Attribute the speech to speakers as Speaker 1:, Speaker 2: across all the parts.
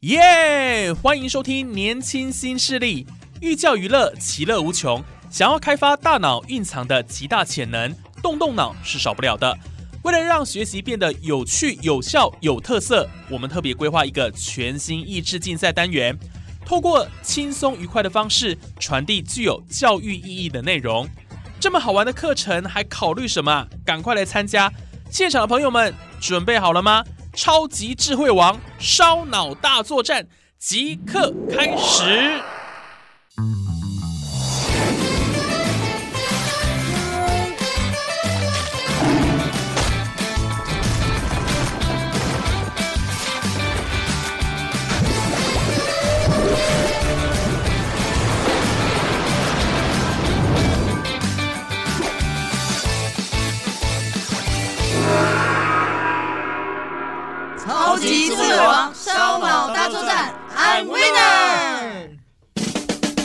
Speaker 1: 耶欢迎收听《年轻新势力》，寓教于乐，其乐无穷。想要开发大脑蕴藏的极大潜能，动动脑是少不了的。为了让学习变得有趣、有效、有特色，我们特别规划一个全新益智竞赛单元，透过轻松愉快的方式传递具有教育意义的内容。这么好玩的课程还考虑什么啊？赶快来参加！现场的朋友们，准备好了吗？超级智慧王烧脑大作战即刻开始！
Speaker 2: 超级智慧王烧脑大作战，I'm winner！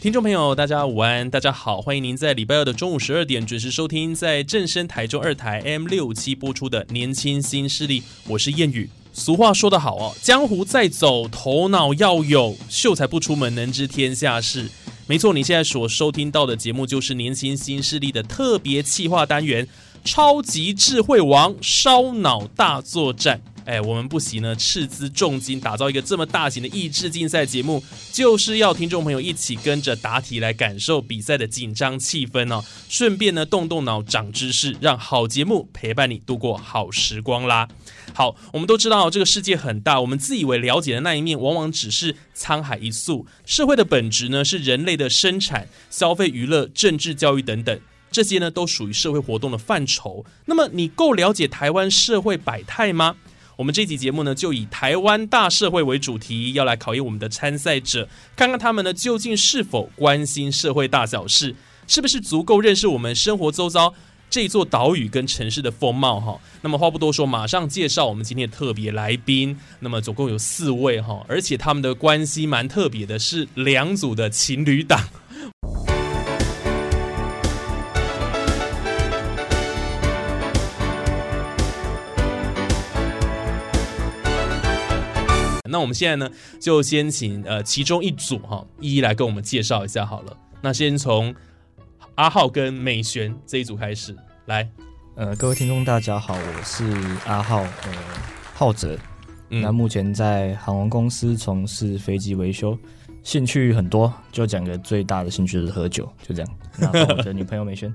Speaker 1: 听众朋友，大家午安，大家好，欢迎您在礼拜二的中午十二点准时收听在正声台中二台 M 六七播出的《年轻新势力》，我是谚语。俗话说得好哦，江湖在走，头脑要有，秀才不出门，能知天下事。没错，你现在所收听到的节目就是《年轻新势力》的特别企划单元《超级智慧王烧脑大作战》。哎，我们不惜呢斥资重金打造一个这么大型的益智竞赛节目，就是要听众朋友一起跟着答题来感受比赛的紧张气氛哦，顺便呢动动脑长知识，让好节目陪伴你度过好时光啦。好，我们都知道这个世界很大，我们自以为了解的那一面，往往只是沧海一粟。社会的本质呢，是人类的生产、消费、娱乐、政治、教育等等。这些呢，都属于社会活动的范畴。那么，你够了解台湾社会百态吗？我们这期节目呢，就以台湾大社会为主题，要来考验我们的参赛者，看看他们呢究竟是否关心社会大小事，是不是足够认识我们生活周遭这座岛屿跟城市的风貌哈。那么话不多说，马上介绍我们今天的特别来宾。那么总共有四位哈，而且他们的关系蛮特别的，是两组的情侣档。那我们现在呢，就先请呃其中一组哈，一一来跟我们介绍一下好了。那先从阿浩跟美璇这一组开始，来，
Speaker 3: 呃，各位听众大家好，我是阿浩，呃，浩哲。
Speaker 1: 嗯
Speaker 3: 那目前在航空公司从事飞机维修，兴趣很多，就讲个最大的兴趣就是喝酒，就 这样。那换我的女朋友美萱，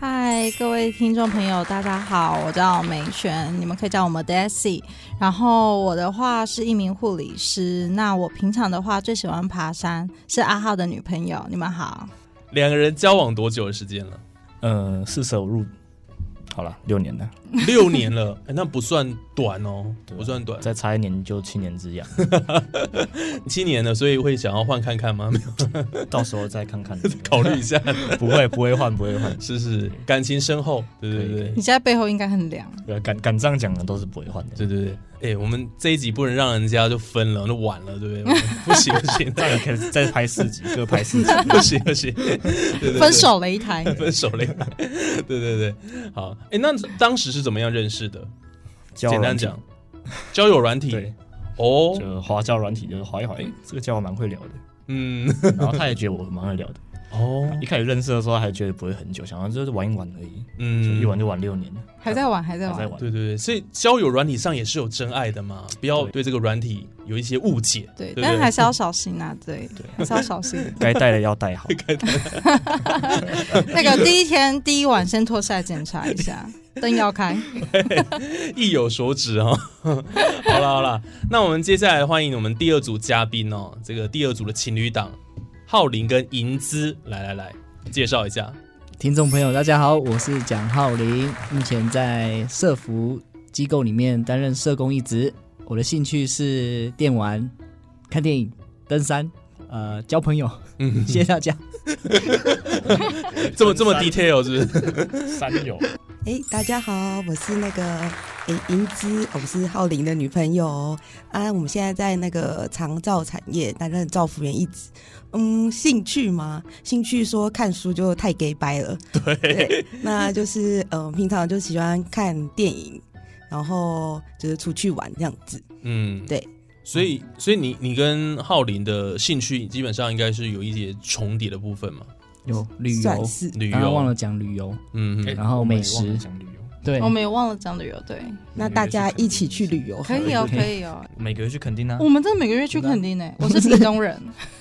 Speaker 2: 嗨，各位听众朋友，大家好，我叫美璇，你们可以叫我们 Daisy。然后我的话是一名护理师，那我平常的话最喜欢爬山，是阿浩的女朋友。你们好，
Speaker 1: 两个人交往多久的时间 了？
Speaker 3: 呃，四舍五入，好了，六年了，
Speaker 1: 六年了，哎那不算短哦，
Speaker 3: 对啊
Speaker 1: 不算短，
Speaker 3: 再差一年就七年之痒，
Speaker 1: 七年了，所以会想要换看看吗？没有，
Speaker 3: 到时候再 看看。
Speaker 1: 考虑一 下。
Speaker 3: 不会，不会换，不会换。
Speaker 1: 是是，感情深厚，对对
Speaker 3: 可以可
Speaker 1: 对
Speaker 2: 你现在背后应该很凉。
Speaker 3: 呃，敢敢这样讲的都是不会换的。
Speaker 1: 对对对。哎、我们这一集不能让人家就分了，那晚了，对不对？ 我们不行不行，
Speaker 3: 那你可以再拍四集，各拍四集。
Speaker 1: 不行不行，对对对
Speaker 2: 分手擂台，
Speaker 1: 分手了， 对对对，好，哎，那当时是怎么样认识的？
Speaker 3: 交友
Speaker 1: 简单
Speaker 3: 软体
Speaker 1: 讲，交友软体
Speaker 3: 对，
Speaker 1: 哦，
Speaker 3: 就滑交友软体，就是滑一滑，哎、这个交友蛮会聊的。
Speaker 1: 嗯，
Speaker 3: 然后他也觉得我蛮会聊的，
Speaker 1: 哦，
Speaker 3: 一开始认识的时候还觉得不会很久，想要就是玩一玩而已，
Speaker 1: 嗯
Speaker 3: 一玩就玩六年了，
Speaker 2: 还在玩，还在
Speaker 3: 还在
Speaker 2: 玩。
Speaker 3: 玩。
Speaker 1: 对对对，所以交友软体上也是有真爱的嘛，不要对这个软体有一些误解。
Speaker 2: 对，
Speaker 1: 对
Speaker 2: 但
Speaker 1: 对
Speaker 2: 还是要小心啊，对
Speaker 3: 对，
Speaker 2: 还是要小心。
Speaker 3: 该带的要带好，
Speaker 2: 那个第一天第一晚先脱下来检查一下，灯要开。
Speaker 1: 意有所指哦。 好了好了，那我们接下来欢迎我们第二组嘉宾哦，这个第二组的情侣档，浩林跟银姿，来来来，介绍一下。
Speaker 4: 听众朋友，大家好，我是蒋浩林，目前在社服机构里面担任社工一职。我的兴趣是电玩、看电影、登山，呃，交朋 友。嗯，谢谢大家。
Speaker 1: 这么这么 detail 是不是？
Speaker 3: 三友
Speaker 5: 哎、大家好，我是那个哎银之，我是浩林的女朋友哦啊。我们现在在那个长照产业担任照服员一职。嗯，兴趣吗？兴趣说看书就太 gay 掰了。对，那就是呃，平常就喜欢看电影，然后就是出去玩这样子。
Speaker 1: 嗯，
Speaker 5: 对。
Speaker 1: 所以，所以你你跟浩林的兴趣基本上应该是有一些重叠的部分嘛？
Speaker 4: 有旅游
Speaker 5: 算，是
Speaker 1: 旅
Speaker 4: 刚刚
Speaker 1: 游，
Speaker 4: 忘了讲旅游，
Speaker 1: 嗯，嗯，
Speaker 4: 然后美食，
Speaker 3: 讲旅游，
Speaker 4: 对
Speaker 5: 哦
Speaker 2: 我，们也忘了讲旅游，对，
Speaker 5: 那大家一起去旅游好
Speaker 2: 可
Speaker 5: 了，
Speaker 2: 以哦，
Speaker 4: 对
Speaker 2: 可以哦。
Speaker 3: 每个月去垦丁啊
Speaker 2: 我，们真的每个月去垦丁呢，我是屏东人，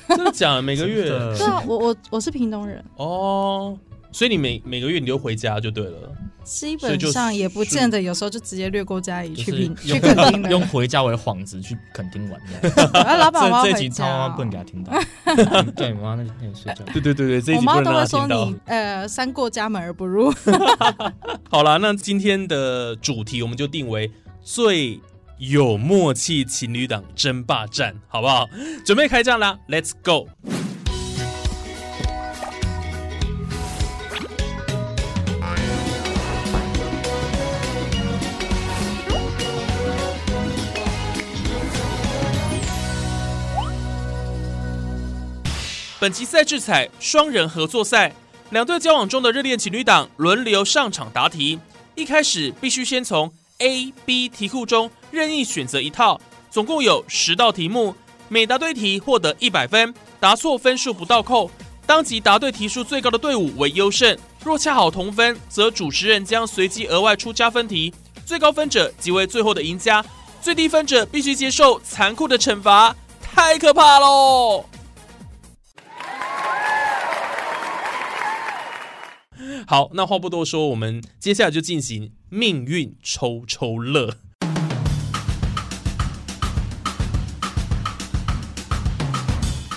Speaker 1: 真的假的？每个月
Speaker 3: 真的
Speaker 2: 对啊，我我我是屏东人，
Speaker 1: 哦，所以你每每个月你就回家就对了。
Speaker 2: 基
Speaker 1: 所以
Speaker 2: 本
Speaker 1: 就是
Speaker 2: 上也不见得，有时候就直接略过嘉义
Speaker 3: 就
Speaker 2: 去
Speaker 3: 是
Speaker 2: 屏去
Speaker 3: 用
Speaker 2: 垦 丁的。
Speaker 3: 用回家为幌子去垦丁玩这样。
Speaker 2: 啊，老板我要
Speaker 3: 这这
Speaker 2: 回
Speaker 3: 集
Speaker 2: 家
Speaker 3: 超妈
Speaker 2: 哦
Speaker 3: 不。能给他听到， 叫你妈那那里睡觉。
Speaker 1: 对对对对，这
Speaker 2: 我妈都会说你呃三过家门而不入，
Speaker 1: 好啦，那今天的主题我们就定为最有默契情侣档争霸战，好不好？准备开战啦，Let's go！本集赛制采双人合作赛，两队交往中的热恋情侣档轮流上场答题，一开始必须先从 A、B 题库中任意选择一套，总共有十道题目，每答对题获得一百分，答错分数不倒扣。当即答对题数最高的队伍为优胜，若恰好同分，则主持人将随机额外出加分题，最高分者即为最后的赢家，最低分者必须接受残酷的惩罚，太可怕喽！好，那话不多说，我们接下来就进行命运抽抽乐。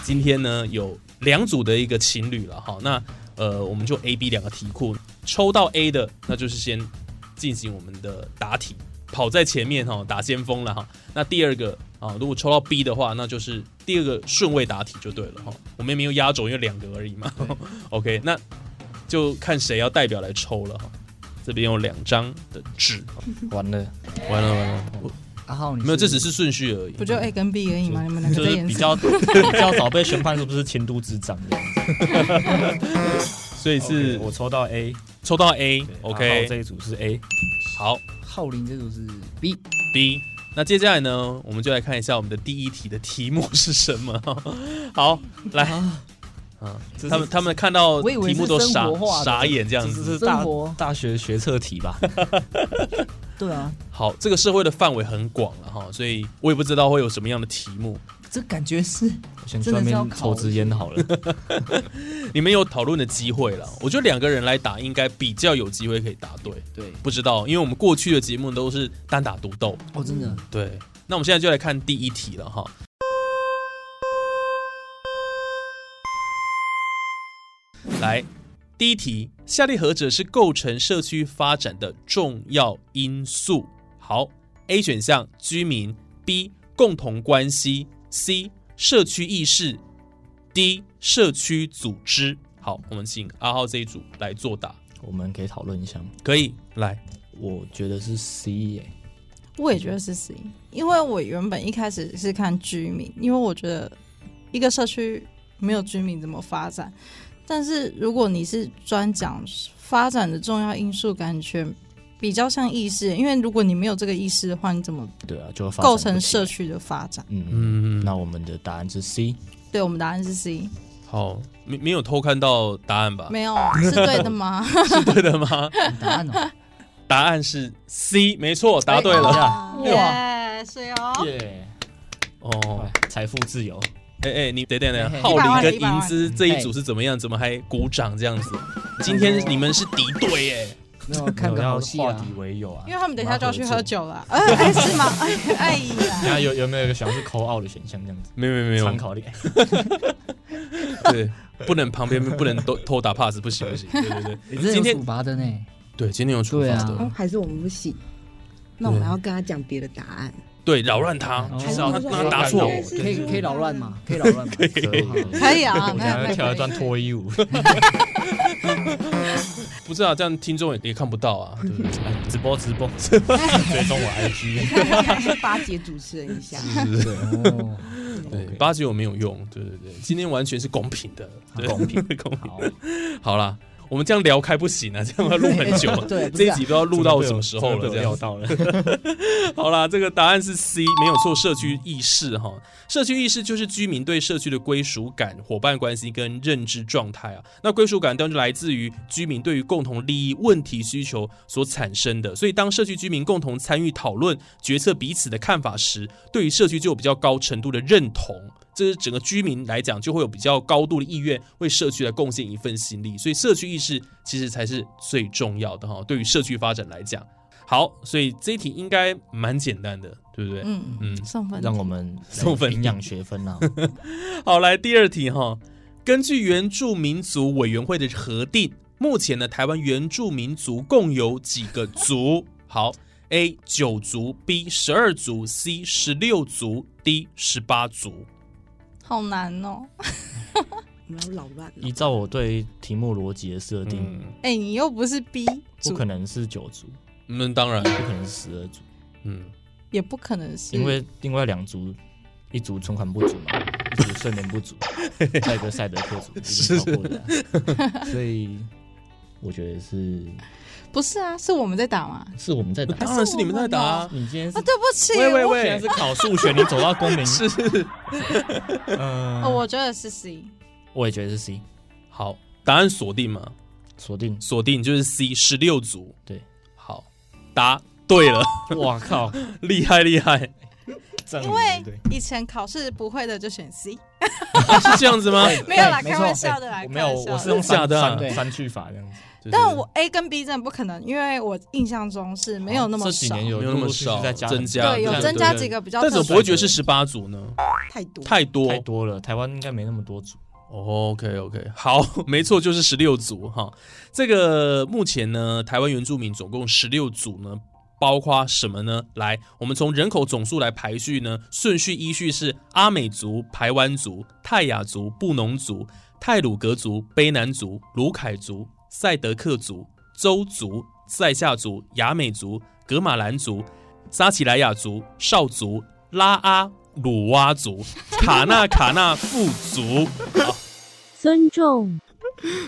Speaker 1: 今天呢有两组的一个情侣了，好，那呃我们就 A、B 两个题库，抽到 A 的，那就是先进行我们的答题，跑在前面哈、哦，打先锋了哈。那第二个啊，如果抽到 B 的话，那就是第二个顺位答题就对了哈。我们也没有压轴，因为两个而已嘛。OK，那 就看谁要代表来抽了哈。这边有两张的纸，
Speaker 3: 完了，
Speaker 1: 完了完了，我
Speaker 4: 阿浩，你
Speaker 1: 没有，这
Speaker 4: 是
Speaker 1: 只是顺序而已。
Speaker 2: 不就
Speaker 4: 哎
Speaker 2: A 跟 B 而已吗？你们两
Speaker 3: 就
Speaker 2: 个在
Speaker 3: 是
Speaker 2: 演
Speaker 3: 比
Speaker 2: 什么？
Speaker 3: 较比较早被宣判是不是情都之长这样子？
Speaker 1: 所以是
Speaker 3: OK，我抽到 A，
Speaker 1: 抽到 A，OK，、
Speaker 3: 对
Speaker 1: OK，
Speaker 3: 然后这一组是 A，
Speaker 1: 好
Speaker 4: 浩林这组是 B，
Speaker 1: B。那接下来呢，我们就来看一下我们的第一题的题目是什么。 好，来，啊，他们他们看到
Speaker 4: 我以为
Speaker 1: 题
Speaker 4: 是
Speaker 1: 目都傻
Speaker 4: 生活化的
Speaker 1: 傻眼这样
Speaker 3: 这
Speaker 1: 子。
Speaker 3: 是
Speaker 4: 生
Speaker 3: 大
Speaker 4: 活，
Speaker 3: 大学学测题吧？
Speaker 4: 对啊，
Speaker 1: 好，这个社会的范围很广了哈，所以我也不知道会有什么样的题目。
Speaker 4: 这感觉是
Speaker 3: 我先去外
Speaker 4: 真的是要
Speaker 3: 面抽
Speaker 4: 考
Speaker 3: 支烟好了。
Speaker 1: 你们有讨论的机会了，我觉得两个人来打应该比较有机会可以答对。
Speaker 4: 对，
Speaker 1: 不知道，因为我们过去的节目都是单打独斗。
Speaker 4: 哦，真的，
Speaker 1: 对，那我们现在就来看第一题了哈。来，第一题，下列何者是构成社区发展的重要因素？好，A 选项居民，B 共同关系，C 社区意识，D 社区组织。好，我们请阿浩这一组来作答，
Speaker 3: 我们可以讨论一下吗？
Speaker 1: 可以来。
Speaker 3: 我觉得是 C 耶、
Speaker 2: 我也觉得是 C，因为我原本一开始是看居民，因为我觉得一个社区没有居民怎么发展。但是如果你是专讲发展的重要因素，感觉比较像意识，因为如果你没有这个意识的话，你怎么
Speaker 3: 对啊，就发展
Speaker 2: 构
Speaker 3: 不
Speaker 2: 成
Speaker 3: 起来
Speaker 2: 社。区的发展？
Speaker 3: 嗯嗯，
Speaker 1: 嗯
Speaker 3: 那我们的答案是 C。
Speaker 2: 对，我们答案是 C。
Speaker 1: 好，没没有偷看到答案
Speaker 3: 啊
Speaker 1: 吧？
Speaker 2: 没有是对的吗？
Speaker 1: 是 对的吗？
Speaker 4: 答案哦，
Speaker 1: 答案是 C，没错，答对
Speaker 3: 哎
Speaker 1: 了。
Speaker 3: 了
Speaker 2: 耶，是哦，
Speaker 3: 耶，
Speaker 1: 哦，
Speaker 3: 财富自由，
Speaker 1: 哎哎，你等等等
Speaker 4: 嘿
Speaker 1: 等，
Speaker 4: 嘿
Speaker 1: 浩
Speaker 2: 100
Speaker 1: 林
Speaker 2: 万
Speaker 1: 跟
Speaker 2: 100万
Speaker 1: 银姿这一组是怎么样？怎么还鼓掌这样子？今天你们是敌对耶！
Speaker 4: 没有看
Speaker 3: 没
Speaker 4: 个
Speaker 3: 有
Speaker 4: 好
Speaker 3: 要
Speaker 4: 戏
Speaker 3: 化
Speaker 4: 啊
Speaker 3: 敌。为友啊，
Speaker 2: 因为他们等一下就要去喝
Speaker 3: 合作。
Speaker 2: 酒了，呃 哎是吗？哎哎呀，
Speaker 3: 然后有有没有一个想要去扣奥的选项这样子？
Speaker 1: 没有没有没有
Speaker 3: 参，考力，
Speaker 1: 对，不能旁边不能都偷打 pass，不行不行，对对对。
Speaker 4: 你这
Speaker 1: 今
Speaker 4: 有
Speaker 1: 天
Speaker 4: 处罚的呢，
Speaker 1: 对今天有处罚
Speaker 4: 对
Speaker 1: 的
Speaker 4: 啊，
Speaker 5: 哦还是我们不行。那我们要跟他讲别的答案，
Speaker 1: 对，扰乱他，
Speaker 4: 哦
Speaker 1: 就是要
Speaker 5: 还是
Speaker 1: 让
Speaker 5: 说
Speaker 1: 他答错
Speaker 5: 应。该是
Speaker 4: 可以可以扰乱嘛？可以扰 乱嘛？
Speaker 3: 可 以
Speaker 2: 可以 啊，
Speaker 3: 我
Speaker 2: 那
Speaker 3: 想要跳一段脱衣舞，
Speaker 1: 不是啊，这样听众也也看不到啊。对不对
Speaker 3: 哎直播直 播，追踪 我 IG。
Speaker 5: 巴结主持人一下。
Speaker 4: 对哦，。
Speaker 1: 对，八九没有用，对对对，今天完全是公平的，对
Speaker 3: 公平
Speaker 1: 公平。
Speaker 3: 好，
Speaker 1: 好啦，我们这样聊开不行啊，这样要录很 久啊
Speaker 4: 对，不
Speaker 1: 这
Speaker 4: 是
Speaker 1: 一
Speaker 4: 啊
Speaker 1: 集不知道录到什么时候
Speaker 3: 真
Speaker 1: 了，
Speaker 3: 的被
Speaker 1: 这
Speaker 3: 我料
Speaker 1: 样。
Speaker 3: 到了。
Speaker 1: 好啦，这个答案是 C，没有错。社区意识哈，社区意识就是居民对社区的归属感、伙伴关系跟认知状态啊。那归属感当然就来自于居民对于共同利益、问题需求所产生的。所以，当社区居民共同参与讨论、决策彼此的看法时，对于社区就有比较高程度的认同。这是整个居民来讲，就会有比较高度的意愿为社区来贡献一份心力。所以，社区意识其实才是最重要的哈。对于社区发展来讲。好，所以这一题应该蛮简单的，对不对？
Speaker 2: 嗯，
Speaker 1: 嗯，
Speaker 2: 送 分
Speaker 3: 让我们来
Speaker 1: 送分
Speaker 3: 营养学分 啊，
Speaker 1: 好，来第二题哈。根据原住民族委员会的核定，目前呢，台湾原住民族共有几个族？好，A 九族，B 十二族，C 十六族，D 十八族。
Speaker 2: 好难哦，
Speaker 5: 我们要扰乱了
Speaker 3: 依照我对题目逻辑的设定，
Speaker 1: 嗯，
Speaker 2: 哎，你又不是 B
Speaker 3: 不
Speaker 2: 组
Speaker 3: 可，能是九族，
Speaker 1: 那嗯当然，
Speaker 3: 不可能是十二族，
Speaker 1: 嗯，
Speaker 2: 也不可能是，
Speaker 3: 因为另外两族，一族存款不足 嘛，一族睡眠不足，再一个赛德克族已经超过的 啊，所以我觉得是
Speaker 2: 不是啊，是我们在打嘛，
Speaker 3: 是我们在打。
Speaker 1: 当然是你们在答、啊。
Speaker 3: 你今天是
Speaker 2: 啊，对不起，
Speaker 1: 喂喂
Speaker 2: 我
Speaker 3: 现在
Speaker 1: 喂
Speaker 3: 是，考数学，你走到公 民，
Speaker 1: 是
Speaker 3: 嗯
Speaker 2: 哦，我觉得是 C，
Speaker 3: 我也觉得是 C
Speaker 1: 好，答案锁定嘛？
Speaker 3: 锁定。
Speaker 1: 锁定就是 C 十六族。
Speaker 3: 对，
Speaker 1: 好，答对了，
Speaker 3: 哇靠，
Speaker 1: 厉害厉害，
Speaker 3: 这样
Speaker 2: 因为
Speaker 3: 对
Speaker 2: 以前考试不会的就选 C，
Speaker 1: 是这样子吗？
Speaker 2: 没有 啦，
Speaker 3: 对没
Speaker 2: 开
Speaker 3: 错哎
Speaker 2: 玩笑的啦，
Speaker 3: 我
Speaker 2: 啊开
Speaker 3: 哎没有，
Speaker 2: 玩笑
Speaker 3: 我是
Speaker 2: 的
Speaker 3: 用
Speaker 1: 假
Speaker 3: 删
Speaker 1: 的啊
Speaker 3: 删
Speaker 4: 对
Speaker 3: 删去法这样子。
Speaker 1: 就是
Speaker 2: 但我 A 跟 B 真的不可能，因为我印象中是没有那么
Speaker 3: 哦这几
Speaker 2: 少，
Speaker 3: 年有
Speaker 1: 没有那么
Speaker 3: 陆续
Speaker 1: 少
Speaker 3: 在加
Speaker 1: 增
Speaker 3: 很多
Speaker 1: 加
Speaker 2: 对，
Speaker 1: 对
Speaker 2: 有
Speaker 1: 对
Speaker 2: 增加
Speaker 1: 对
Speaker 2: 几个比较
Speaker 1: 但
Speaker 2: 特
Speaker 1: 怎么不
Speaker 2: 殊
Speaker 1: 会觉得是十八组呢？
Speaker 5: 太多，
Speaker 1: 太多。
Speaker 3: 太多了，台湾应该没那么多组。
Speaker 1: OK OK，好， 没错，就是十六组哈。这个目前呢，台湾原住民总共十六组呢，包括什么呢？来，我们从人口总数来排序呢，顺序依序是阿美族、排湾族、泰雅族、布农族、泰鲁格族、卑南族、卢凯族、赛德克族、周族、塞夏族、雅美族、格马兰族、撒奇莱雅族、少族、拉阿鲁哇族、卡纳卡纳富族。
Speaker 6: 尊重，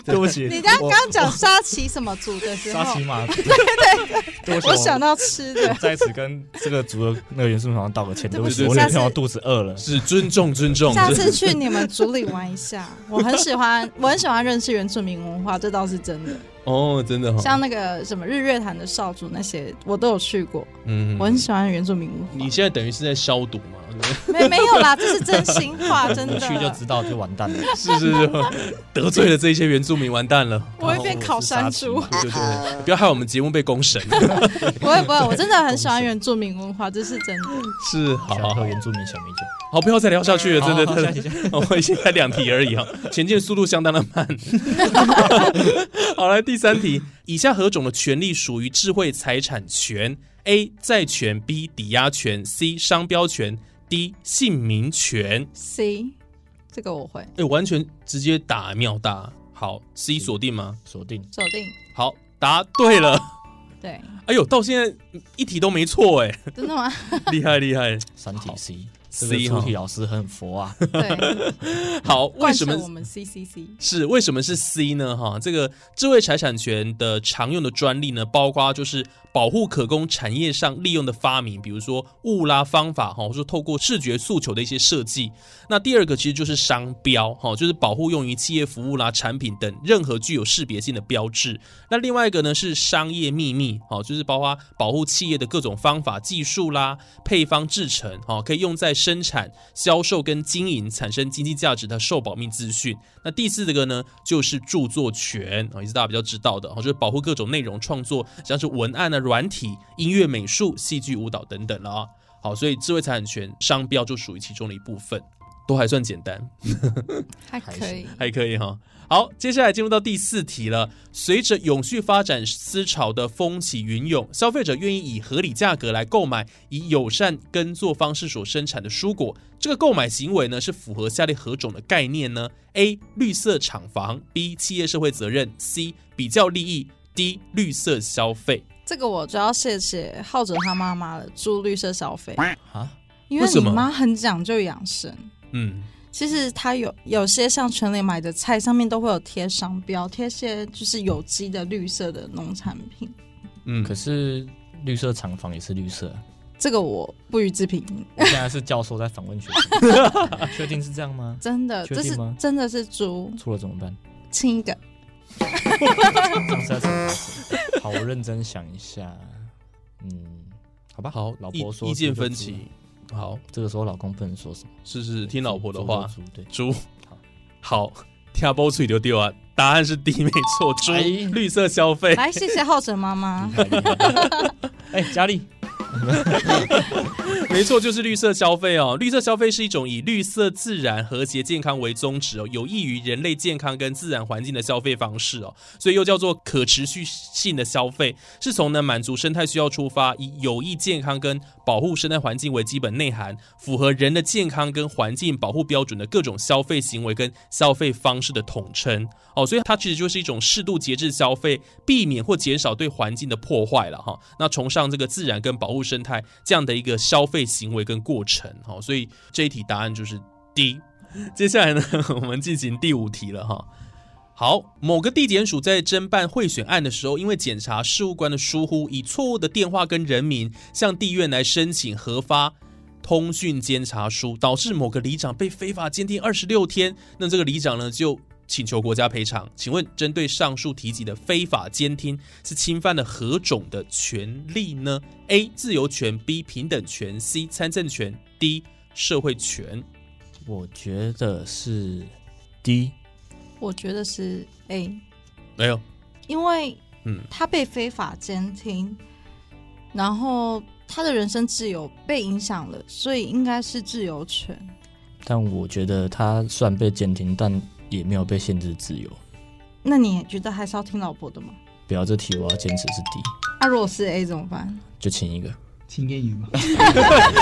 Speaker 3: 对不起，
Speaker 2: 你刚刚讲沙琪什么组的时
Speaker 3: 沙
Speaker 2: 候
Speaker 3: 琪， 玛，对对对，
Speaker 2: 我想到吃的，
Speaker 3: 在此跟这个族的那个原住民好像道个歉，
Speaker 2: 对
Speaker 3: 对
Speaker 2: 不
Speaker 3: 不
Speaker 2: 起
Speaker 3: 起，我女
Speaker 2: 下次
Speaker 3: 朋友肚子饿了。
Speaker 1: 是尊重尊重。
Speaker 2: 下
Speaker 1: 这
Speaker 2: 次去你们组里玩一下，我很喜欢，我很喜欢认识原住民文化，这倒是真的。
Speaker 1: 哦，真的哈、
Speaker 2: 像那个什么日月潭的少主那些，我都有去过，
Speaker 1: 嗯
Speaker 2: 我很喜欢原住民文
Speaker 1: 你
Speaker 2: 化。
Speaker 1: 现在等于是在消毒嘛？
Speaker 2: 没没有啦，这是真心话，真
Speaker 3: 你去就
Speaker 2: 的。
Speaker 3: 知道，就完蛋了。
Speaker 1: 是是是，得罪了这些原住民，完蛋了。
Speaker 2: 我会变烤山
Speaker 3: 然后
Speaker 2: 猪
Speaker 3: 我是，
Speaker 1: 对对对，不要害我们节目被公审。
Speaker 2: 不会不会，我真的很喜 欢原住民文化，这是真的。
Speaker 1: 是，好
Speaker 3: 喜欢喝
Speaker 1: 好
Speaker 3: 原住民小米酒。
Speaker 1: 好，不要再聊下去了，真的
Speaker 3: 好好
Speaker 1: 真
Speaker 3: 下一题
Speaker 1: 的。 我们现在两题而已哈，啊前进速度相当的慢。 好，来第三题，以下何种的权利属于智慧财产权？A. 债权 B. 抵押权 C. 商标权 D. 姓名权。
Speaker 2: C，这个我会
Speaker 1: 哎、完全直接打秒打。好，C 锁定吗？
Speaker 3: 锁定，
Speaker 2: 锁定。
Speaker 1: 好，答对了。
Speaker 2: 对，
Speaker 1: 哎呦，到现在一题都没错哎，
Speaker 2: 真的吗？
Speaker 1: 厉害厉害。
Speaker 3: 三体 C，这个
Speaker 1: C
Speaker 3: 出
Speaker 1: 哈
Speaker 3: 题老师很 佛啊，
Speaker 2: 对，
Speaker 1: 好，为
Speaker 2: 贯
Speaker 1: 什
Speaker 2: 彻
Speaker 1: 么
Speaker 2: 我们 C C C？
Speaker 1: 是为什么是 C 呢？哈，这个智慧财产权的常用的专利呢，包括就是保护可供产业上利用的发明，比如说物啦、方法哈，或者说透过视觉诉求的一些设计。那第二个其实就是商标哈，就是保护用于企业服务啦、产品等任何具有识别性的标志。那另外一个呢是商业秘密哦，就是包括保护企业的各种方法、技术啦、配方制成哦，可以用在生产、销售跟经营产生经济价值的受保密资讯。那第四个呢，就是著作权啊，也是大家比较知道的哦，就是保护各种内容创作，像是文案啊、软体、音乐、美术、戏剧、舞蹈等等了啊。好，所以智慧财产权、商标就属于其中的一部分，都还算简单。
Speaker 2: 还可以，
Speaker 1: 还可以哈。好，接下来进入到第四题了。随着永续发展思潮的风起云涌，消费者愿意以合理价格来购买以友善耕作方式所生产的蔬果。这个购买行为呢，是符合下列何种的概念呢？A. 绿色厂房；B. 企业社会责任；C. 比较利益；D. 绿色消费。
Speaker 2: 这个我就要谢谢浩哲他妈妈了，住绿色消费
Speaker 1: 啊，
Speaker 2: 因为
Speaker 1: 为什
Speaker 2: 你
Speaker 1: 么
Speaker 2: 妈很讲究养生。
Speaker 1: 嗯，
Speaker 2: 其实它有有些像全联买的菜上面都会有贴商标，贴些就是有机的绿色的农产品。
Speaker 1: 嗯
Speaker 3: 可是绿色厂房也是绿色啊。
Speaker 2: 这个我不予置评，
Speaker 3: 我现在是教授在访问学生， 确定是这样吗？
Speaker 2: 真的，
Speaker 3: 确
Speaker 2: 这
Speaker 3: 定
Speaker 2: 是
Speaker 3: 吗
Speaker 2: 真的是猪，
Speaker 3: 错了怎 么办？
Speaker 2: 亲一个。
Speaker 3: 这样是要怎么办好，我认真想一下。嗯，好吧，
Speaker 1: 好，
Speaker 3: 老
Speaker 1: 意
Speaker 3: 婆说
Speaker 1: 意见
Speaker 3: 猪就
Speaker 1: 分
Speaker 3: 猪
Speaker 1: 歧，好，
Speaker 3: 这个时候老公不能说什么，
Speaker 1: 是是听老婆的
Speaker 3: 猪
Speaker 1: 话
Speaker 3: 就，猪 对，
Speaker 1: 猪
Speaker 3: 好。
Speaker 1: 好，跳波嘴丢丢啊！答案是 D，没错，猪、
Speaker 3: 哎
Speaker 1: 绿色消费。
Speaker 2: 来，谢谢浩哲妈妈。
Speaker 3: 厉害厉害哎，佳丽，
Speaker 1: 没错，就是绿色消费哦。绿色消费是一种以绿色、自然、和谐、健康为宗旨哦，有益于人类健康跟自然环境的消费方式哦，所以又叫做可持续性的消费，是从呢满足生态需要出发，以有益健康跟保护生态环境为基本内涵，符合人的健康跟环境保护标准的各种消费行为跟消费方式的统称哦，所以它其实就是一种适度节制消费，避免或减少对环境的破坏了哈。那崇尚这个自然跟保护生态这样的一个消费行为跟过程哈，所以这一题答案就是 D。接下来呢，我们进行第五题了哈。好，某个地检署在侦办贿选案的时候，因为检察事务官的疏忽，以错误的电话跟人名向地院来申请核发通讯监察书，导致某个里长被非法监听二十六天。那这个里长呢，就请求国家赔偿。请问，针对上述提及的非法监听，是侵犯了何种的权利呢？A. 自由权，B. 平等权，C. 参政权，D. 社会权。
Speaker 3: 我觉得是 D，
Speaker 2: 我觉得是哎 A，
Speaker 1: 没有，
Speaker 2: 因为
Speaker 1: 嗯，
Speaker 2: 他被非法监听，然后他的人身自由被影响了，所以应该是自由权。
Speaker 3: 但我觉得他虽然被监听，但也没有被限制自由。
Speaker 2: 那你也觉得还是要听老婆的吗？
Speaker 3: 不要这题，我要坚持是 D，
Speaker 2: 啊，如果是 A 怎么办？
Speaker 3: 就亲一个。
Speaker 4: 青烟 雨嘛，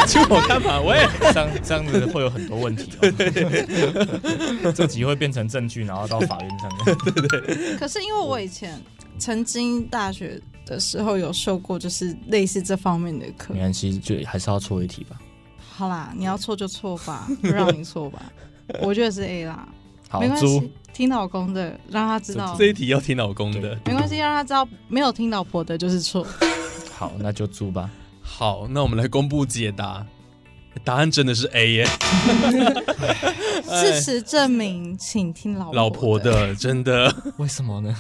Speaker 1: 请我干嘛？我也
Speaker 3: 这样这样子会有很多问题、哦， 这集会变成证据，然后到法 院上面。
Speaker 1: 嗯
Speaker 2: 可是因为我以前曾经大学的时候有修过，就是类似这方面的课
Speaker 3: 没。关系，就还是要错一题吧。
Speaker 2: 好啦，你要错就错吧，不让你错 吧。我觉得是 A 啦，
Speaker 3: 好
Speaker 2: 没，关
Speaker 3: 猪
Speaker 2: 系，听老公的，让他知道
Speaker 1: 这。一题要听老公的。
Speaker 2: 没关系，让他知道没有听老婆的就是错。
Speaker 3: 好，那就猪吧。
Speaker 1: 好，那我们来公布解答，答案真的是 A 耶，
Speaker 3: 哎
Speaker 2: 事实证明，请听老
Speaker 1: 老婆
Speaker 2: 婆的。
Speaker 1: 的，真的。
Speaker 3: 为什么呢？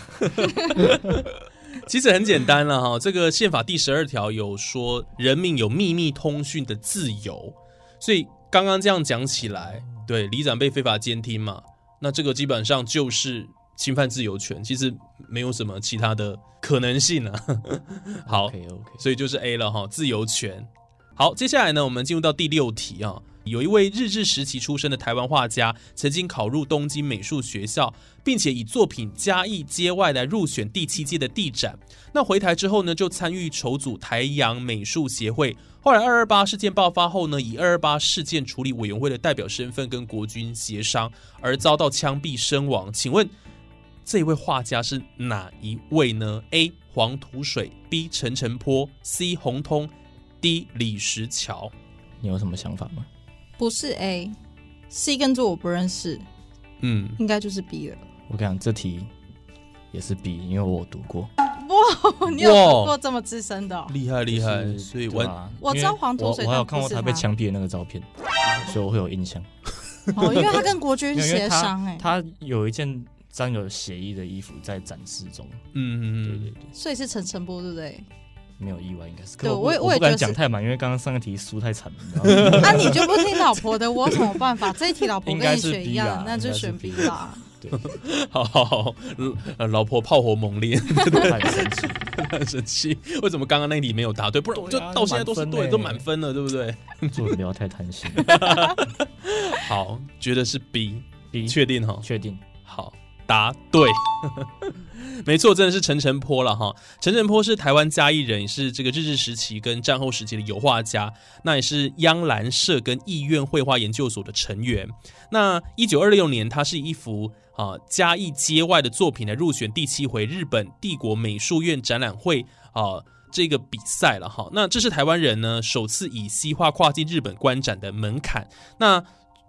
Speaker 1: 其实很简单了哈，这个宪法第十二条有说人民有秘密通讯的自由，所以刚刚这样讲起来，对里长被非法监听嘛，那这个基本上就是侵犯自由权，其实没有什么其他的可能性啊。 好
Speaker 3: OK OK，
Speaker 1: 所以就是 A 了哈，自由权。好，接下来呢，我们进入到第六题啊。有一位日治时期出生的台湾画家，曾经考入东京美术学校，并且以作品《嘉义街外》来入选第七届的地展。那回台之后呢，就参与筹组台洋美术协会。后来二二八事件爆发后呢，以二二八事件处理委员会的代表身份跟国军协商，而遭到枪毙身亡。请问这位画家是哪一位呢？A. 黄土水，B. 陈澄波，C. 洪通，D. 李石桥。
Speaker 3: 你有什么想法吗？
Speaker 2: 不是 A，C 跟猪我不认识，
Speaker 1: 嗯，
Speaker 2: 应该就是 B 了。
Speaker 3: 我跟你讲，这题也是 B，因为我有读过。
Speaker 2: 哇， 你有读过这么资深 的、哦？
Speaker 1: 厉害厉害
Speaker 3: 就，是
Speaker 1: 所以
Speaker 3: 对
Speaker 1: 完
Speaker 3: 啊
Speaker 2: 我知道黄土水
Speaker 3: 因为我我还有
Speaker 2: 但不
Speaker 3: 看过
Speaker 2: 是
Speaker 3: 他被
Speaker 2: 他
Speaker 3: 枪毙的那个照片，所以我会有印象。
Speaker 2: 哦，因为他跟国
Speaker 3: 因
Speaker 2: 军
Speaker 3: 为因为
Speaker 2: 协商
Speaker 3: 他
Speaker 2: 哎、
Speaker 3: 他有一件沾有血衣的衣服在展示中，对
Speaker 1: 嗯
Speaker 3: 对
Speaker 1: 嗯
Speaker 3: 对，
Speaker 2: 所以是陈晨波对不对？
Speaker 3: 没有意外应该是。
Speaker 2: 对
Speaker 3: 可我
Speaker 2: 我也
Speaker 3: 不
Speaker 2: 我
Speaker 3: 我
Speaker 2: 也
Speaker 3: 不敢
Speaker 2: 觉得
Speaker 3: 讲
Speaker 2: 是
Speaker 3: 太满，因为刚刚上个题输太惨了你 知道吗。
Speaker 2: 啊，你就不听老婆的，我有什么办法？这一题老婆
Speaker 3: 应
Speaker 2: 跟
Speaker 3: 该
Speaker 2: 你
Speaker 3: 是
Speaker 2: 选
Speaker 3: B
Speaker 2: 一样
Speaker 3: 啦
Speaker 2: 的，那
Speaker 3: 应
Speaker 2: 就
Speaker 3: 该是
Speaker 2: 选 B
Speaker 3: B
Speaker 2: 啦。
Speaker 1: 嗯，好好好，呃，老婆炮火猛烈，
Speaker 3: 太神奇了，
Speaker 1: 很生气。为什么刚刚那题没有答对？不然
Speaker 3: 对啊
Speaker 1: 就到现在都是
Speaker 3: 满分
Speaker 1: 对，
Speaker 3: 欸
Speaker 1: 都满分了，对不对？
Speaker 3: 做人不要太贪心。
Speaker 1: 好，觉得是 B，
Speaker 3: B
Speaker 1: 确定哈？
Speaker 3: 确定，
Speaker 1: 好，答对， 没错，真的是陈澄波了哈。陈澄波是台湾嘉义人，也是这个日治时期跟战后时期的油画家，那也是央兰社跟艺院绘画研究所的成员。那一九二六年，他是一幅啊嘉义街外的作品来入选第七回日本帝国美术院展览会啊。这个比赛了哈，那这是台湾人呢首次以西画跨进日本观展的门槛。那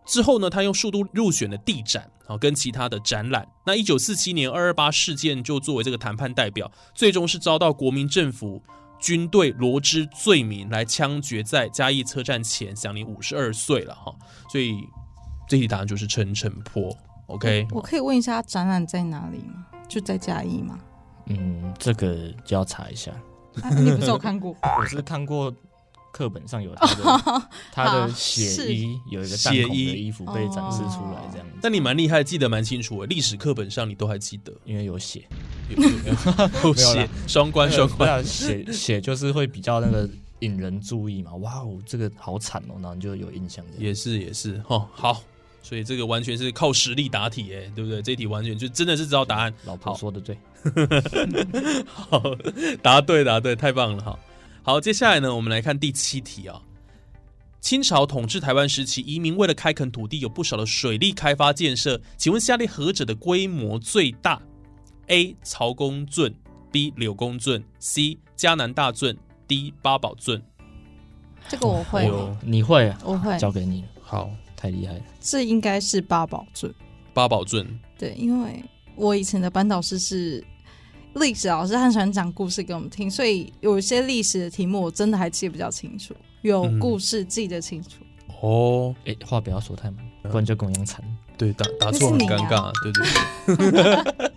Speaker 1: 之后呢，他用速度入选了地展，啊，跟其他的展览。那一九四七年二二八事件就作为这个谈判代表，最终是遭到国民政府军队罗织罪名来枪决在嘉义车站前，享年五十二岁了哈。所以这题答案就是陈澄波。OK，
Speaker 2: 我可以问一下，展览在哪里吗？就在嘉义吗？
Speaker 3: 嗯，这个就要查一下。
Speaker 2: 啊、你不是有 看过？
Speaker 3: 我是看过课本上有他的 他的血衣，有一个弹
Speaker 1: 血
Speaker 3: 孔的
Speaker 1: 衣
Speaker 3: 衣服被展示出来这样
Speaker 2: 哦
Speaker 3: 子。
Speaker 1: 但你蛮厉害，记得蛮清楚的，历史课本上你都还记得，
Speaker 3: 因为有血，
Speaker 1: 有有有有写双关双
Speaker 3: 对
Speaker 1: 关，
Speaker 3: 啊， 血血就是会比较那个引人注意嘛。哇哦，这个好惨哦，然后你就有印象这样。
Speaker 1: 也是也是哈、哦。好，所以这个完全是靠实力答题哎，对不对？这题完全就真的是知道答案。
Speaker 3: 老婆
Speaker 1: 好
Speaker 3: 说的对，
Speaker 1: 好， 答对，答对，太棒了！哈，好，接下来呢，我们来看第七题啊。清朝统治台湾时期，移民为了开垦土地，有不少的水利开发建设。请问下列何者的规模最大？A. 曹公圳，B. 柳公圳，C. 嘉南大圳，D. 八宝圳。
Speaker 2: 这个我
Speaker 3: 哎
Speaker 2: 会，
Speaker 3: 呦，你会啊？
Speaker 2: 我会，
Speaker 3: 交给你了，
Speaker 1: 好，
Speaker 3: 太厉害了。
Speaker 2: 这应该是八宝镇。
Speaker 1: 八宝圳，
Speaker 2: 对，因为我以前的班导师是历史老师，他很喜欢讲故事给我们听，所以有一些历史的题目我真的还记得比较清楚，有
Speaker 1: 嗯
Speaker 2: 故事记得清楚。
Speaker 1: 哦，
Speaker 3: 哎，话不要说太满，不然就跟我一样惨。
Speaker 1: 对，答答
Speaker 2: 那
Speaker 1: 错
Speaker 2: 是
Speaker 1: 很
Speaker 2: 你
Speaker 1: 尴尬，
Speaker 2: 啊
Speaker 1: 对对对，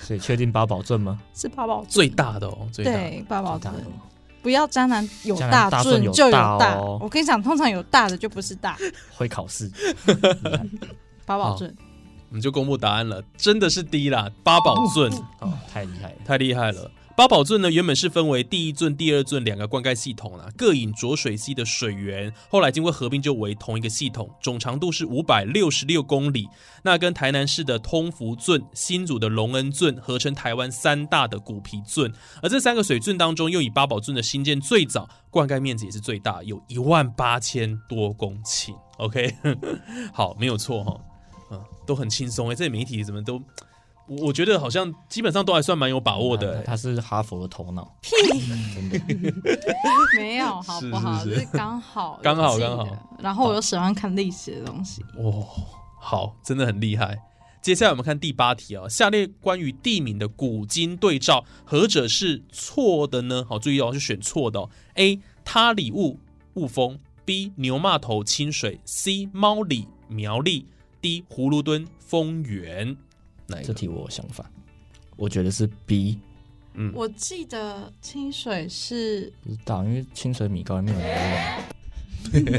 Speaker 3: 所以确定八宝镇吗？
Speaker 2: 是八宝
Speaker 1: 最大的哦，最大的
Speaker 2: 对八宝镇
Speaker 3: 最大，的
Speaker 2: 不要渣男有
Speaker 3: 渣男大顺
Speaker 2: 顺
Speaker 3: 有
Speaker 2: 就有
Speaker 3: 大
Speaker 2: 大。
Speaker 3: 哦
Speaker 2: 我跟你讲，通常有大的就不是大，
Speaker 3: 会考试，
Speaker 2: 八宝
Speaker 1: 好
Speaker 2: 镇
Speaker 1: 我们就公布答案了，真的是 D 啦，八宝圳。
Speaker 2: 嗯
Speaker 3: 哦，太厉害了。
Speaker 1: 太厉害了！八宝圳呢，原本是分为第一圳、第二圳两个灌溉系统啦，各引浊水溪的水源，后来经过合并就为同一个系统，总长度是五百六十六公里。那跟台南市的通福圳、新竹的隆恩圳合成台湾三大的古皮圳，而这三个水圳当中，又以八宝圳的新建最早，灌溉面积也是最大，有一万八千多公顷。OK，好，没有错哈、哦，嗯，都很轻松哎，这媒体怎么都。我我觉得好像基本上都还算蛮有把握的、
Speaker 3: 他他是哈佛的头脑，
Speaker 2: 没有，好不 好？
Speaker 1: 是
Speaker 2: 就是是刚好
Speaker 1: 刚好
Speaker 2: 有记得
Speaker 1: 刚好。
Speaker 2: 然后我又喜欢看历史的东西，
Speaker 1: 哦，好，真的很厉害。接下来我们看第八题啊、下列关于地名的古今对照，何者是错的呢？好，注意哦，是选错的哦。A. 他里雾雾峰，B. 牛骂头清水，C. 猫里苗栗，D. 葫芦墩丰原。哪一
Speaker 3: 这
Speaker 1: 个？
Speaker 3: 题我有想法，我觉得是 B，
Speaker 1: 嗯，
Speaker 2: 我记得清水是
Speaker 3: 不知道，因为清水米糕里面有牛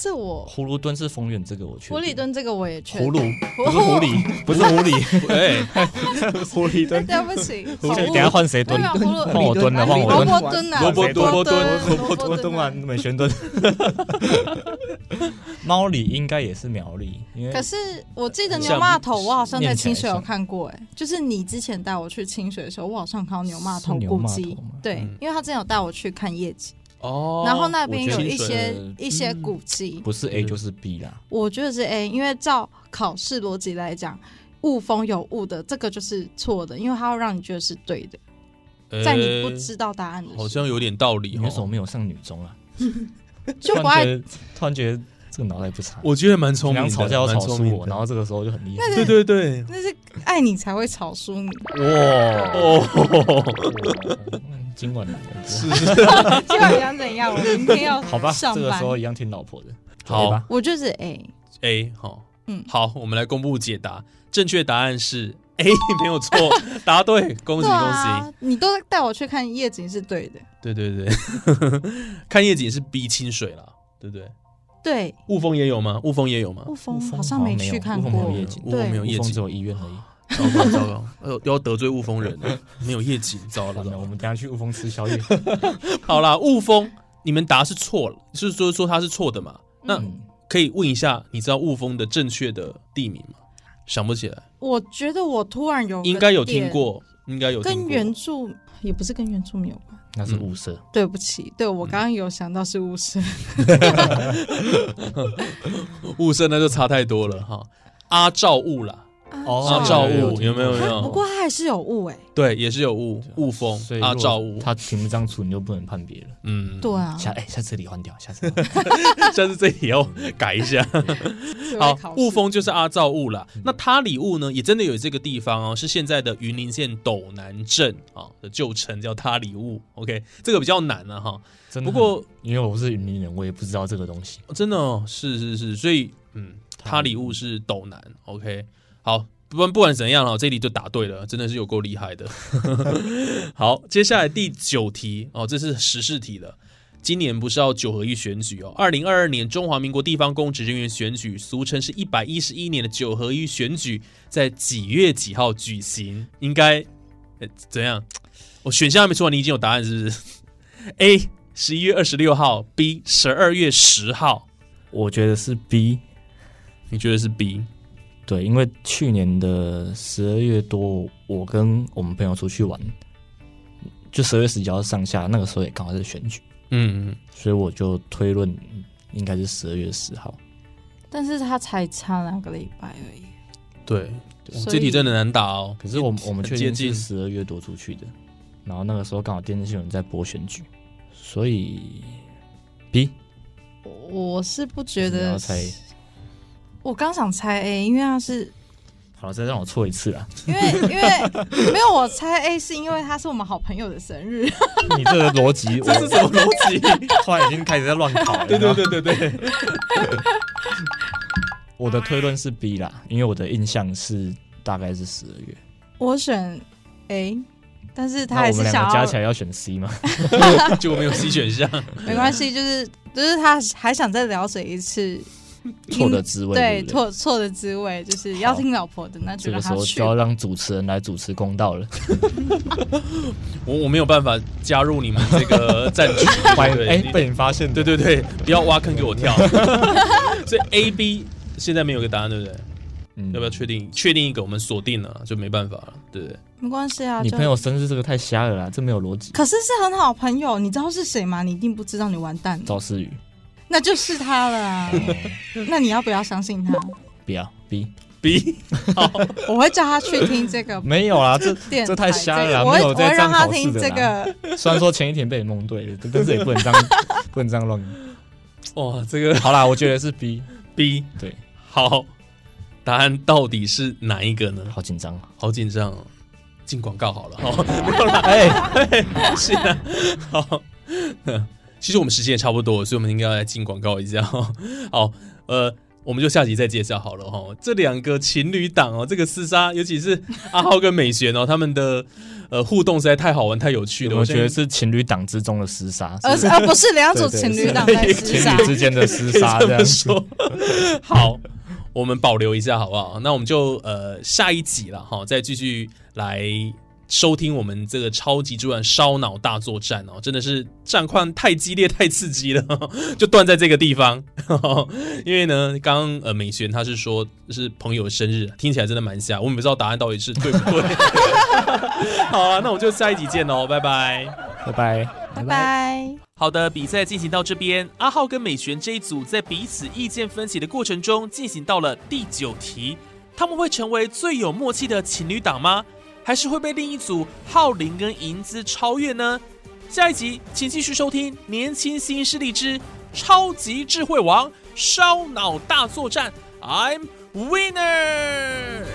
Speaker 2: 这我
Speaker 3: 肉，葫芦墩是丰原，这个我确定。
Speaker 2: 狐狸墩这个我也确
Speaker 3: 葫
Speaker 2: 定，
Speaker 3: 芦不是狐狸，不是狐狸，
Speaker 1: 哎、
Speaker 3: 狐狸
Speaker 2: 哎
Speaker 3: 墩。
Speaker 2: 对不起，
Speaker 3: 狐狸
Speaker 2: 好
Speaker 3: 等一下换谁墩
Speaker 2: 没？有葫芦
Speaker 3: 换我蹲了，换我
Speaker 2: 萝
Speaker 3: 蹲。
Speaker 2: 卜蹲啊，
Speaker 1: 萝卜
Speaker 2: 萝
Speaker 1: 萝卜
Speaker 2: 蹲，
Speaker 1: 蹲
Speaker 2: 萝卜
Speaker 3: 蹲
Speaker 2: 蹲
Speaker 3: 完
Speaker 2: 啊。
Speaker 3: 美旋蹲。猫里应该也是苗栗，因为
Speaker 2: 可是我记得
Speaker 1: 像
Speaker 2: 牛骂头，我好像在
Speaker 3: 念起来
Speaker 2: 清水有
Speaker 3: 像
Speaker 2: 看过，哎，就是你之前带我去清水的时候，我好像看到牛骂
Speaker 3: 是
Speaker 2: 头
Speaker 3: 牛
Speaker 2: 古
Speaker 3: 骂
Speaker 2: 迹
Speaker 3: 头吗，
Speaker 2: 对
Speaker 1: 嗯，
Speaker 2: 因为他之前有带我去看夜景，
Speaker 1: 哦，
Speaker 2: 然后那边
Speaker 1: 我觉
Speaker 2: 有
Speaker 1: 得
Speaker 2: 一些
Speaker 3: 清水
Speaker 2: 一些古迹，
Speaker 3: 不是 A 就是 B 啦。
Speaker 2: 我觉得是 A，因为照考试逻辑来讲，雾风有雾的这个就是错的，因为它会让你觉得是对的，在你不
Speaker 1: 哎
Speaker 2: 知道答案的时候。
Speaker 1: 好像有点道理
Speaker 3: 你
Speaker 1: 哦
Speaker 3: 为什么。没有上女中啊？
Speaker 2: 就
Speaker 3: 突
Speaker 2: 不
Speaker 3: 然
Speaker 2: 爱
Speaker 3: 觉得突然觉得这个脑袋不差，
Speaker 1: 我觉得蛮聪
Speaker 3: 平
Speaker 1: 明
Speaker 3: 常
Speaker 1: 的，
Speaker 3: 吵架要
Speaker 1: 蛮
Speaker 3: 吵
Speaker 1: 聪
Speaker 3: 输
Speaker 1: 明
Speaker 3: 我，
Speaker 1: 的
Speaker 3: 然后这个时候就很厉害。
Speaker 2: 那
Speaker 1: 对对对，
Speaker 2: 那是爱你才会吵输你，
Speaker 3: 哇
Speaker 1: 哦，
Speaker 3: 哦，嗯今晚来了
Speaker 1: 是
Speaker 2: 今晚想怎样？我明天要
Speaker 3: 好吧，
Speaker 2: 上
Speaker 3: 这个
Speaker 2: 班
Speaker 3: 时。候一样听老婆的。
Speaker 1: 好
Speaker 3: 对吧
Speaker 2: 我就是哎 A，
Speaker 1: A 好，
Speaker 2: 嗯
Speaker 1: 好，我们来公布解答，正确答案是 A，没 有 错，答对，恭喜
Speaker 2: 对
Speaker 1: 恭
Speaker 2: 啊
Speaker 1: 喜，，
Speaker 2: 你都带我去看夜景是对的，
Speaker 1: 对对对， 看夜景是 B 清水啦，对不对？
Speaker 2: 对，
Speaker 1: 雾峰也有吗？呃雾峰也有吗？
Speaker 2: 雾峰
Speaker 3: 雾峰
Speaker 2: 哦好像
Speaker 3: 好像
Speaker 2: 没
Speaker 3: 没有
Speaker 2: 去看
Speaker 3: 雾峰哦
Speaker 2: 过，
Speaker 3: 没有夜景
Speaker 1: 雾峰没有
Speaker 2: 对，
Speaker 1: 夜
Speaker 3: 无缝只
Speaker 1: 景，
Speaker 3: 有医院而已。
Speaker 1: 糟糕糟 糕，呃，要得罪雾峰人了，没有夜景， 糟了
Speaker 3: 完
Speaker 1: 糟
Speaker 3: 了，
Speaker 1: 了
Speaker 3: 我。们等一下去雾峰吃宵夜。
Speaker 1: 好啦，雾峰，你们答是错了，就是说说它是错的嘛？那
Speaker 3: 嗯
Speaker 1: 可以问一下，你知道雾峰的正确的地名吗？想不起来，
Speaker 2: 我觉得我突然有个
Speaker 1: 应该有听
Speaker 2: 点，
Speaker 1: 过，应该有听
Speaker 2: 跟
Speaker 1: 过
Speaker 2: 原著也不是跟原著没有关。
Speaker 3: 那
Speaker 1: 嗯
Speaker 3: 是雾社，
Speaker 2: 对不起，对我刚刚有想到是巫师，
Speaker 1: 雾社那就差太多了哈。阿照雾啦，
Speaker 2: 啊
Speaker 3: 哦
Speaker 1: 阿照
Speaker 3: 有有有
Speaker 1: 雾啊有没有？有没
Speaker 2: 它啊 不
Speaker 1: 有？
Speaker 2: 过它还是有雾哎，
Speaker 1: 对，也是有雾雾风
Speaker 3: 所以
Speaker 1: 阿
Speaker 3: 如果
Speaker 1: 照雾，
Speaker 3: 他题目这样出，你就不能判别了。
Speaker 1: 嗯，
Speaker 2: 对啊，
Speaker 3: 下哎，下次你换掉，下次换掉
Speaker 1: 下次这里要改一 下。
Speaker 2: 就会
Speaker 1: 好
Speaker 2: 考，试
Speaker 1: 雾峰就是阿造雾啦。那他里雾呢，也真的有这个地方哦，是现在的云林县斗南镇啊、的旧城叫他里雾。OK，这个比较难了、啊哈，
Speaker 3: 真的
Speaker 1: 不
Speaker 3: 很。
Speaker 1: 过
Speaker 3: 因为我不是云林人，我也不知道这个东西。
Speaker 1: 真的、哦、是是是，所以嗯，他里雾是斗南。OK，好。不不管怎样了，这里就答对了，真的是有够厉害的。 好，接下来第九题哦，这是时事题了。今年不是要九合一选举哦，二零二二年中华民国地方公职人员选举，俗称是一百一十一年的九合一选举，在几月几号举行？应该、呃怎样？我选项还没出来，你已经有答案是不是？A 十一月二十六号，B 十二月十号，
Speaker 3: 我觉得是 B，
Speaker 1: 你觉得是 B？
Speaker 3: 对，因为去年的十二月多，我跟我们朋友出去玩，就十二月十几号上下，那个时候也刚好是选举，
Speaker 1: 嗯，
Speaker 3: 所以我就推论应该是十二月十号。
Speaker 2: 但是它才差两个礼拜而已。
Speaker 1: 对，
Speaker 2: 所以
Speaker 1: 这题真的难答哦。
Speaker 3: 可是我们我们
Speaker 1: 很
Speaker 3: 确
Speaker 1: 接
Speaker 3: 定
Speaker 1: 近
Speaker 3: 是十二月多出去的，然后那个时候刚好电视新闻在播选举，所以 B
Speaker 2: 我是不觉
Speaker 3: 你
Speaker 2: 得
Speaker 3: 要，猜，
Speaker 2: 我刚想猜 A，因为它是
Speaker 3: 好了，再让我错一次啦。
Speaker 2: 因为因为没有我猜 A 是因为它是我们好朋友的生日，
Speaker 3: 你这个逻辑，
Speaker 1: 这是什么逻辑？
Speaker 3: 突然已经开始在乱搞了。
Speaker 1: 对对，对对对，
Speaker 3: 我的推论是 B 啦，因为我的印象是大概是十二月。
Speaker 2: 我选 A，但是他
Speaker 3: 那
Speaker 2: 还
Speaker 3: 我
Speaker 2: 是
Speaker 3: 们两
Speaker 2: 想
Speaker 3: 个加起
Speaker 2: 要
Speaker 3: 来要选 C 吗？
Speaker 1: 结果没有 C 选项。
Speaker 2: 没关系，就是就是他还想再了解一次
Speaker 3: 错的滋味，
Speaker 2: 对
Speaker 3: 不对。
Speaker 2: 错错的滋味，就是要听老婆的，那就
Speaker 3: 这
Speaker 2: 让
Speaker 3: 个时
Speaker 2: 他
Speaker 3: 候
Speaker 2: 去
Speaker 3: 就。要让主持人来主持公道了。
Speaker 1: 我我没有办法加入你们这 个战局，
Speaker 3: 哎
Speaker 1: 对对
Speaker 3: 哎
Speaker 1: 你，
Speaker 3: 被你发现，
Speaker 1: 对对对，不要挖坑给我跳。 所以 A、B 现在没有个答案，对不对？
Speaker 3: 嗯
Speaker 1: 要不要确定？确定一个，我们锁定了，就没办法了，对不对？
Speaker 2: 没关系啊，
Speaker 3: 你
Speaker 2: 就
Speaker 3: 朋友生日这个太瞎了啦，这没有逻辑。
Speaker 2: 可是是很好朋友，你知道是谁吗？你一定不知道，你完蛋了，
Speaker 3: 赵思宇，
Speaker 2: 那就是他 了啊。那你要不要相信他？
Speaker 3: 不要 B，
Speaker 1: B
Speaker 2: 我会叫他去听这个
Speaker 3: 没有啦，这
Speaker 2: 电台，
Speaker 3: 这太瞎了啦啊
Speaker 2: 这个我
Speaker 3: 没
Speaker 2: 会
Speaker 3: 有
Speaker 2: 我
Speaker 3: 在
Speaker 2: 会
Speaker 3: 这样
Speaker 2: 让他
Speaker 3: 考试
Speaker 2: 听
Speaker 3: 的
Speaker 2: 这
Speaker 3: 啦
Speaker 2: 个，
Speaker 3: 虽然说前一天被你蒙对了，但是也不能这 样，不能这样乱。
Speaker 1: 哇，这个
Speaker 3: 好啦，我觉得是 B，
Speaker 1: B
Speaker 3: 对，
Speaker 1: 好，答案到底是哪一个呢？
Speaker 3: 好紧张啊！
Speaker 1: 好紧张、哦，进广告好了， 好，
Speaker 3: 哎，
Speaker 1: 是啊，好。其实我们时间也差不多了，所以我们应该要来进广告一下、 哦。好，呃，我们就下集再介绍好了哈、哦。这两个情侣档哦，这个厮杀，尤其是阿浩跟美璇哦，他们的呃互动实在太好玩、太有趣了。
Speaker 3: 我觉得
Speaker 1: 相信
Speaker 3: 是情侣档之中的厮杀，
Speaker 2: 而是而不是两组
Speaker 3: 对对
Speaker 2: 呃情侣
Speaker 3: 是
Speaker 2: 档在厮
Speaker 3: 情
Speaker 2: 杀
Speaker 3: 侣。之间的厮
Speaker 1: 可以
Speaker 3: 杀这
Speaker 1: 这
Speaker 3: 样
Speaker 1: 么
Speaker 3: 子。
Speaker 1: 说。 好，我们保留一下好不好？那我们就呃下一集了哈，再继续来收听我们这个超级猪人烧脑大作战哦，真的是战况太激烈、太刺激了， 就断在这个地方。 因为呢，刚刚呃美璇她是说是朋友生日，听起来真的蛮瞎，我们不知道答案到底是对不对。 好啊，那我们就下一集见喽，拜拜。
Speaker 3: 拜拜。
Speaker 2: 拜拜。
Speaker 1: 好的，比赛进行到这边，阿浩跟美璇这一组在彼此意见分歧的过程中，进行到了第九题。他们会成为最有默契的情侣档吗？还是会被另一组浩林跟银姿超越呢？下一集请继续收听《年轻新势力之超级智慧王烧脑大作战》，I'm winner。